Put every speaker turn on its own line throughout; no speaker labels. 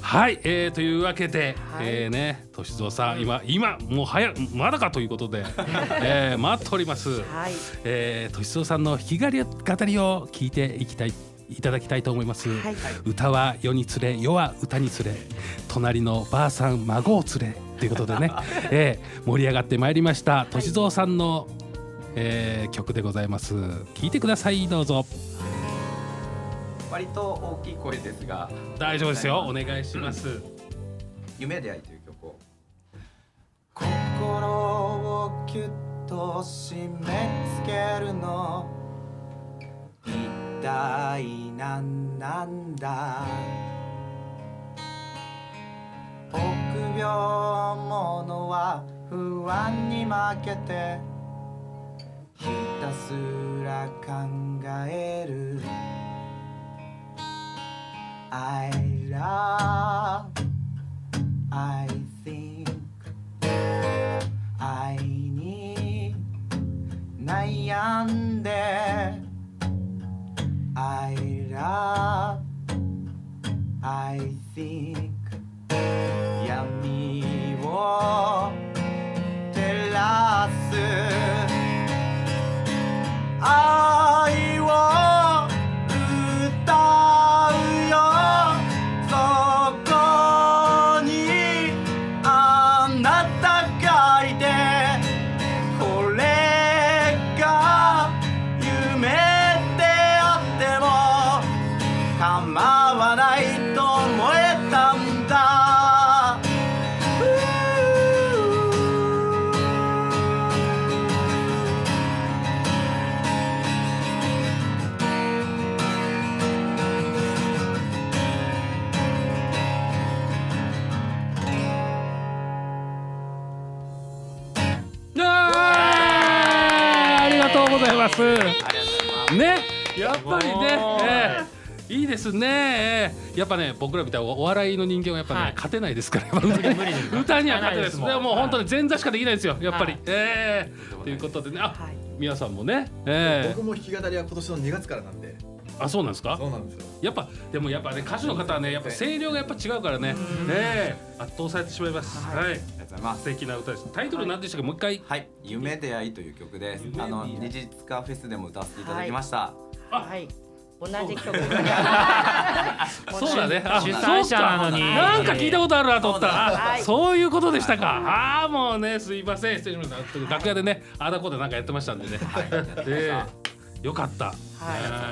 はい、えーというわけで、
はい
えーね、としぞうさん、今、今、もう早、まだかということ で。えー待っております。
はい
えー、としそうさんの弾き語り語りを聞いていきたいいただきたいと思います、
はい
歌は世につれ世は歌につれ隣のばあさん孫を連れということ でね、えー、盛り上がってまいりましたとしぞうさんの、えー曲でございます聞いてくださいどうぞ
割と大きい声ですが
大丈夫ですよお願いします、
「夢出会い」という曲を心をキュッと締め付けるの一体何なんだ臆病者は不安に負けてひたすら考える I love I think I need 悩んで I love I think 闇を照らす I
うございます。
ありがとうございます
ね、やっぱりね
すごい、
ええいいですね。やっぱね、僕らみたいなおお笑いの人間はやっぱね、
はい
勝てないですから、やっぱ歌に
無理です
歌には勝てないです。
勝てないですもん
でももう本当に前座しかできないですよ、やっぱり。
はい
ええということでね、あ、
はい
皆さんもね、ええ
僕も弾き語りは今年の2月からなんで
あ、そうなんですか
そ。うなんですよ
やっぱでもやっぱね歌手の方はねやっぱ声量がやっぱ違うからね、ねえ圧倒されてしまいます。はい、
ありがとうございます
素敵な歌です。タイトルなんでしたっけ、もう一回。
はい「夢出会い」という曲です
夢出会い
あの二次塚フェスでも歌わせていただきました
はい。同じ曲が。
そうだね。あ
主催者なのに
なんか聞いたことあるなと思ったら、
はい
あそういうことでしたか。ああー、もうね、すいません、失礼しました。楽屋でね、あだこうでなんかやってましたんでね。で、よかった。は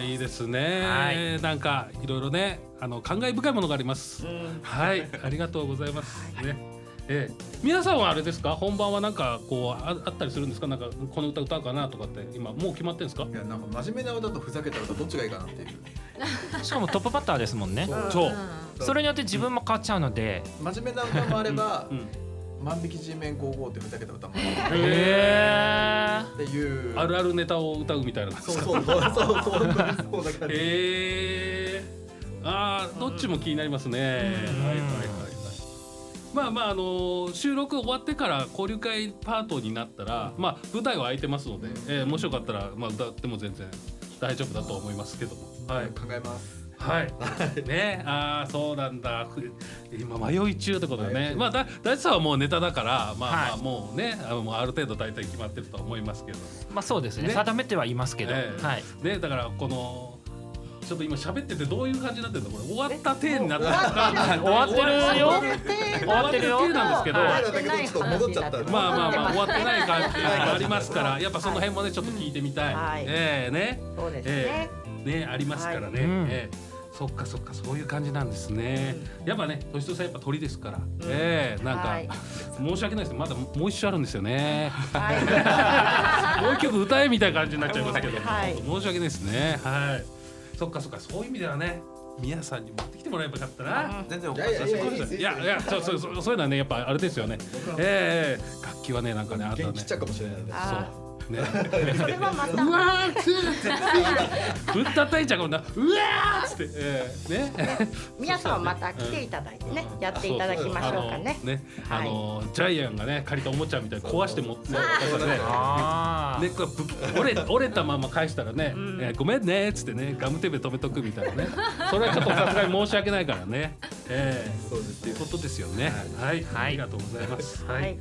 い、いいですね。
はい
なんかいろいろね、あの感慨深いものがあります。
うん
はい、ありがとうございます。ね。ええ、皆さんはあれですか本番はなんかこうああったりするんですかなんかこの歌歌うかなとかって今もう決まってるんですか
いやなんか真面目な歌とふざけた歌どっちがいいかなっていう
しかもトップバッターですもんね
そう
そう、
それによって自分も変わっちゃうので
真面目な歌もあれば
うん、
「万引き G メン55」ってふざけた歌もあ
へ
へえ
るっていう
あるあるネタを歌うみたいな
そうそうそうそうそうそうだから
えー、あーどっちも気になりますね。はいはいはいはい。まあまああのー収録終わってから交流会パートになったら、まあ舞台は空いてますので、えーもしよかったらまあ歌っても全然大丈夫だと思いますけども。はい
考えます
はい。 ねああそうなんだ。ふ今迷い中ってことだね。まあだ大地さんはもうネタだから、まあま
は
あ
い
もうねあのもうある程度大体決まってると思いますけど。
まあそうですね
ね
定めてはいますけど
ええ
はい
ね、だからこのちょっと今喋っててどういう感じになってるのこれ終わった体になってるはい
終わって るよ
終わってる体なんですけど、
終
前
わ
らだけどちょっと戻っちゃっ
ま
た
あまあまあ終わってない感じがありますからやっぱその辺もねちょっと聞いてみたい、
はい
ええね
そうですね
え。えねありますからね、
はいうん
ええそっかそっかそういう感じなんですね、やっぱね年とさんやっぱ鳥ですから、ええなんか、
はい
申し訳ないですけどまだもう一周あるんですよね
はい。
もう一曲歌えみたいな感じになっちゃいますけど、
はい
申し訳ないですね。はい。そっかそっか、そういう意味ではね、皆さんに持ってきてもらえばよかったな。
全然お
い
か
やい
しい
やいや
です
いいです
いやいや、そうそうそうそういうのはね、やっぱあれですよね。ええ楽器はね、なんかね、あと
元
ね
気。ちゃうかもしれないので
あ
そう。ね。
それはまた。
うわーっつってぶったたいちゃうかもな。うわーっつって、ええね。
皆さんはまた来ていただいてね、やっていただきましょうかね
あ。のね、あ
はい
のジャイアンがね借りたおもちゃみたいに壊してもね、
そう
ね
あ
ね、これぶ折れ折れたまま返したらね、えーごめんねっつってねガムテープで止めとくみたいなねそれはちょっとさすがに申し訳ないからねえー
そうです
ということですよねはい、ありがとうございますはい、
はい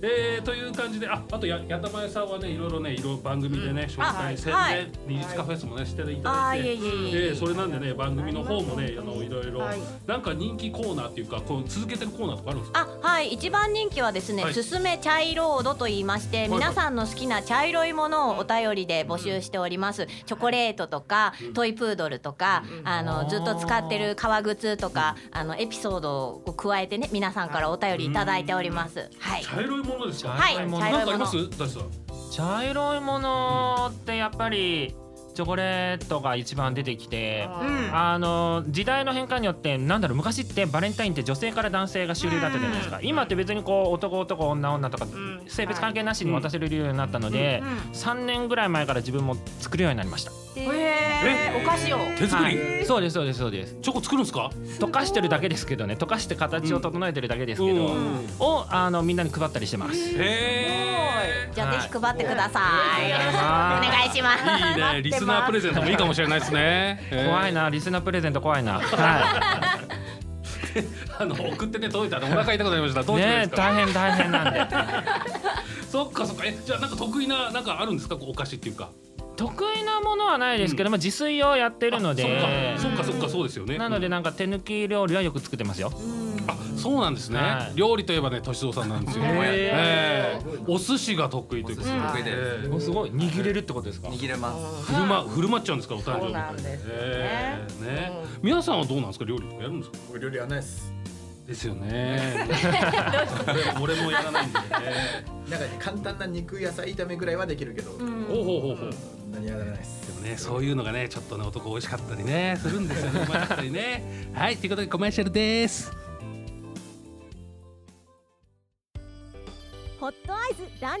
えーという感じでああとややたまえさんはねいろいろねいろいろ番組でね、紹
あは
介
い
宣
はい
伝二日フェスもねしていただいて、
あーいえいえいえ
えーそれなんでね番組の方もねあのいろいろ、
はい
なんか人気コーナーっていうかこう続けてるコーナーとかあるんですか
あはい一番人気はですね、
はい
すすめ茶色ードと言いまして、
いはい
皆さんの好きな茶色いものをお便りで募集しております、チョコレートとか、トイプードルとか、あ
あ
の
ー
ずっと使ってる革靴とか、あのエピソードを加えてね皆さんからお便りいただいております、はい
茶色いものですか、
はい
茶色いもの
茶
なんかあり
色い
ま
もの
すダチさん
茶色いものってやっぱりチョコレートが一番出てきて
うん
あの時代の変化によってなんだろう昔ってバレンタインって女性から男性が主流だったじゃないですか、今って別にこう男男女女とか、
ん
性別関係なしに渡せるようになったので、3年ぐらい前から自分も作るようになりました、
へーお菓子を。
手作り、
はいそうですそうですそうです
チョコ作るんですか
溶かしてるだけですけどね溶かして形を整えてるだけですけど、
うん
をあのみんなに配ったりしてます、
へ
じゃあ、
はい
ぜひ配ってください、
はい
お願いします
ーいいね、リスナープレゼントもいいかもしれないです ね。
怖い
な。
なリスナープレゼント怖い な、は
あの送ってね、届いたらお腹痛くなりました。
い、
どうしてで
ね
すか。
大変大変なんで
そっかそっか。え、じゃあなんか得意ななんかあるんですか、こうお菓子っていうか。
得意なものはないですけど、まあ自炊をやってるので
あそっかそっかそっかそうですよね。
なので
うん
なんか手抜き料理はよく作ってますよ。
あ、そうなんですね
は。い
料理といえばね、としぞうさんなんですよ。
へー
えーお寿司が得意ということで
お寿司得意です
えー
すごい握れるってことですか。
握れます
振る舞振る舞っちゃうんですからお誕生日
そうなんですね
えーね、皆さんはどうなんですか料理とかやるんですか
僕料理はないです
ですよ ね俺もやらないん でね
なんか簡単な肉野菜炒めぐらいはできるけど
ほうほうほうほう
何やらないです
でもね、そういうのがね、ちょっとね、男美味しかったりね、するんですよね、うまかったりね。 はい、ということで、コマーシャルです。
ホットアイズラン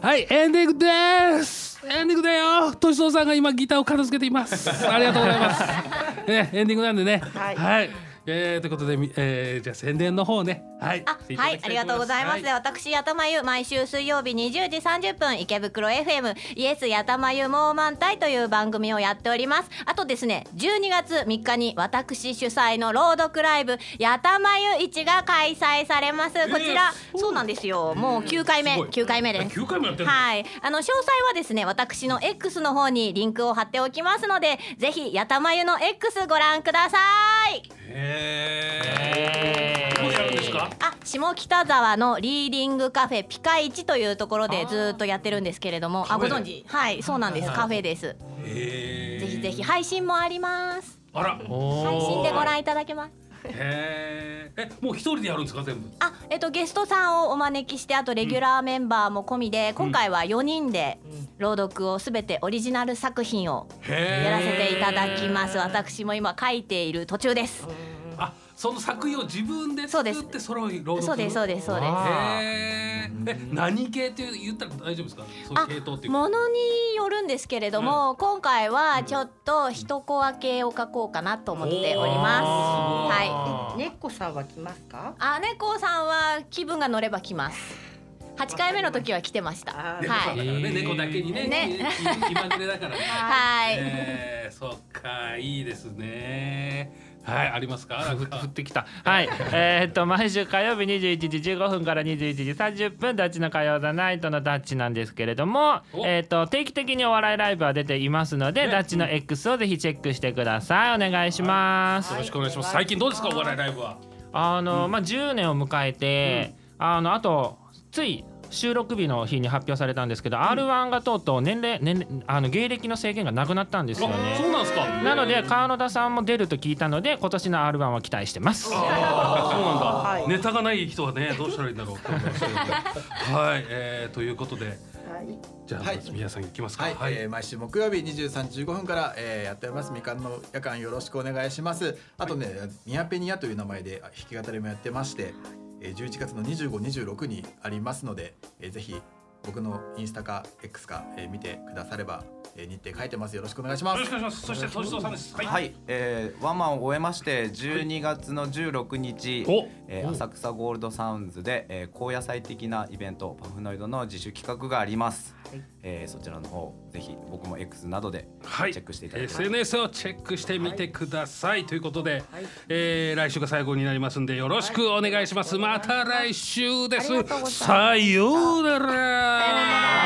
はいエンディングですエンディングだよとしそうさんが今ギターを片付けています ありがとうございます、ね、 エンディングなんでねは、
はいい
えーということで、みえーじゃあ宣伝の方ねはい
あ
してた
は
だ
い
き
あ
た
りがとうございます、
は
私やたまゆ毎週水曜日20時30分池袋 FM イエスやたまゆもう満タイという番組をやっておりますあとですね12月3日に私主催の朗読ライブやたまゆ市が開催されますこちら、そうなんですよもう9回目、
すごい
9回目です
9回もやってるの
はいあの詳細はですね私の X の方にリンクを貼っておきますのでぜひやたまゆの X ご覧ください
へーもうやるんですか
あ下北沢のリーディングカフェピカイチというところでずーっとやってるんですけれどもあご存知はいそうなんですカフェです
ぜ
ぜひぜひ配信もあります
あら
配
配
信でご覧いただけます
へーえもう一人でやるんですか全部
あえっとゲストさんをお招きしてあとレギュラーメンバーも込みで、今回は4人で朗読をすべてオリジナル作品をやらせていただきます私も今書いている途中です
あその作品を自分で
そ
作
うで
っ
す
てそれを朗読
そうですそうですそうです
へーえ何系って言ったら大丈夫ですかそういう系統っていうか
ものによるんですけれども、今回はちょっと一コア系を書こうかなと思っております。はい。
猫さんは来ますか
あ、猫さんは気分が乗れば来ます。八回目の時は来てまし
あ
た。
ー
は
猫さんだ
い。
からね
はい
猫だけにね
ね
気気気まぐれだからね
はい。
えーそっかいいですねはいありますかなん
降
か
ってきた。はい。えーっと毎週火曜日21時15分から21時30分ダッチの火曜ザナイトのダッチなんですけれども、
お
えーっと定期的にお笑いライブは出ていますので、
ね
ダッチの X をぜひチェックしてください。お願いします。
よろしくお願いします最近どうですかお笑いライブは
あの、まあ10年を迎えて、あのあとつい収録日の日に発表されたんですけど、R1 がとうとう年齢年齢あの芸歴の制限がなくなったんですよ
あそ
ね。
うなんですか
なので川野田さんも出ると聞いたので今年の R1 は期待してます。
あそうなんだ、
はい
ネタがない人はねどうしたらいいんだろうって思いますけ どはい、えー、ということで
はい
じゃあ、
はい
まず宮さんいきますか
はい、えー毎週木曜日23時15分から、えーやっておりますみかんの夜間よろしくお願いしますあとね、ニアペニアという名前であ弾き語りもやってまして、えー11月の2526にありますので、えーぜひ僕のインスタか X か、えー見てくだされば、えー日程書いてますよろしくお願いしま
よろし
す
くお願いしますそしてとしそうさんですはい、
はい、えーワンマンを終えまして12月の16日、
お
えー浅草ゴールドサウンズで、えー高野菜的なイベントパフノイドの自主企画があります、えーそちらの方ぜひ僕も X などで
はい、
チェックしていただきます、
SNS をチェックしてみてください、ということで、えー来週が最後になりますんでよろしくお願いします、また来週です
ありがとうございます
さようなら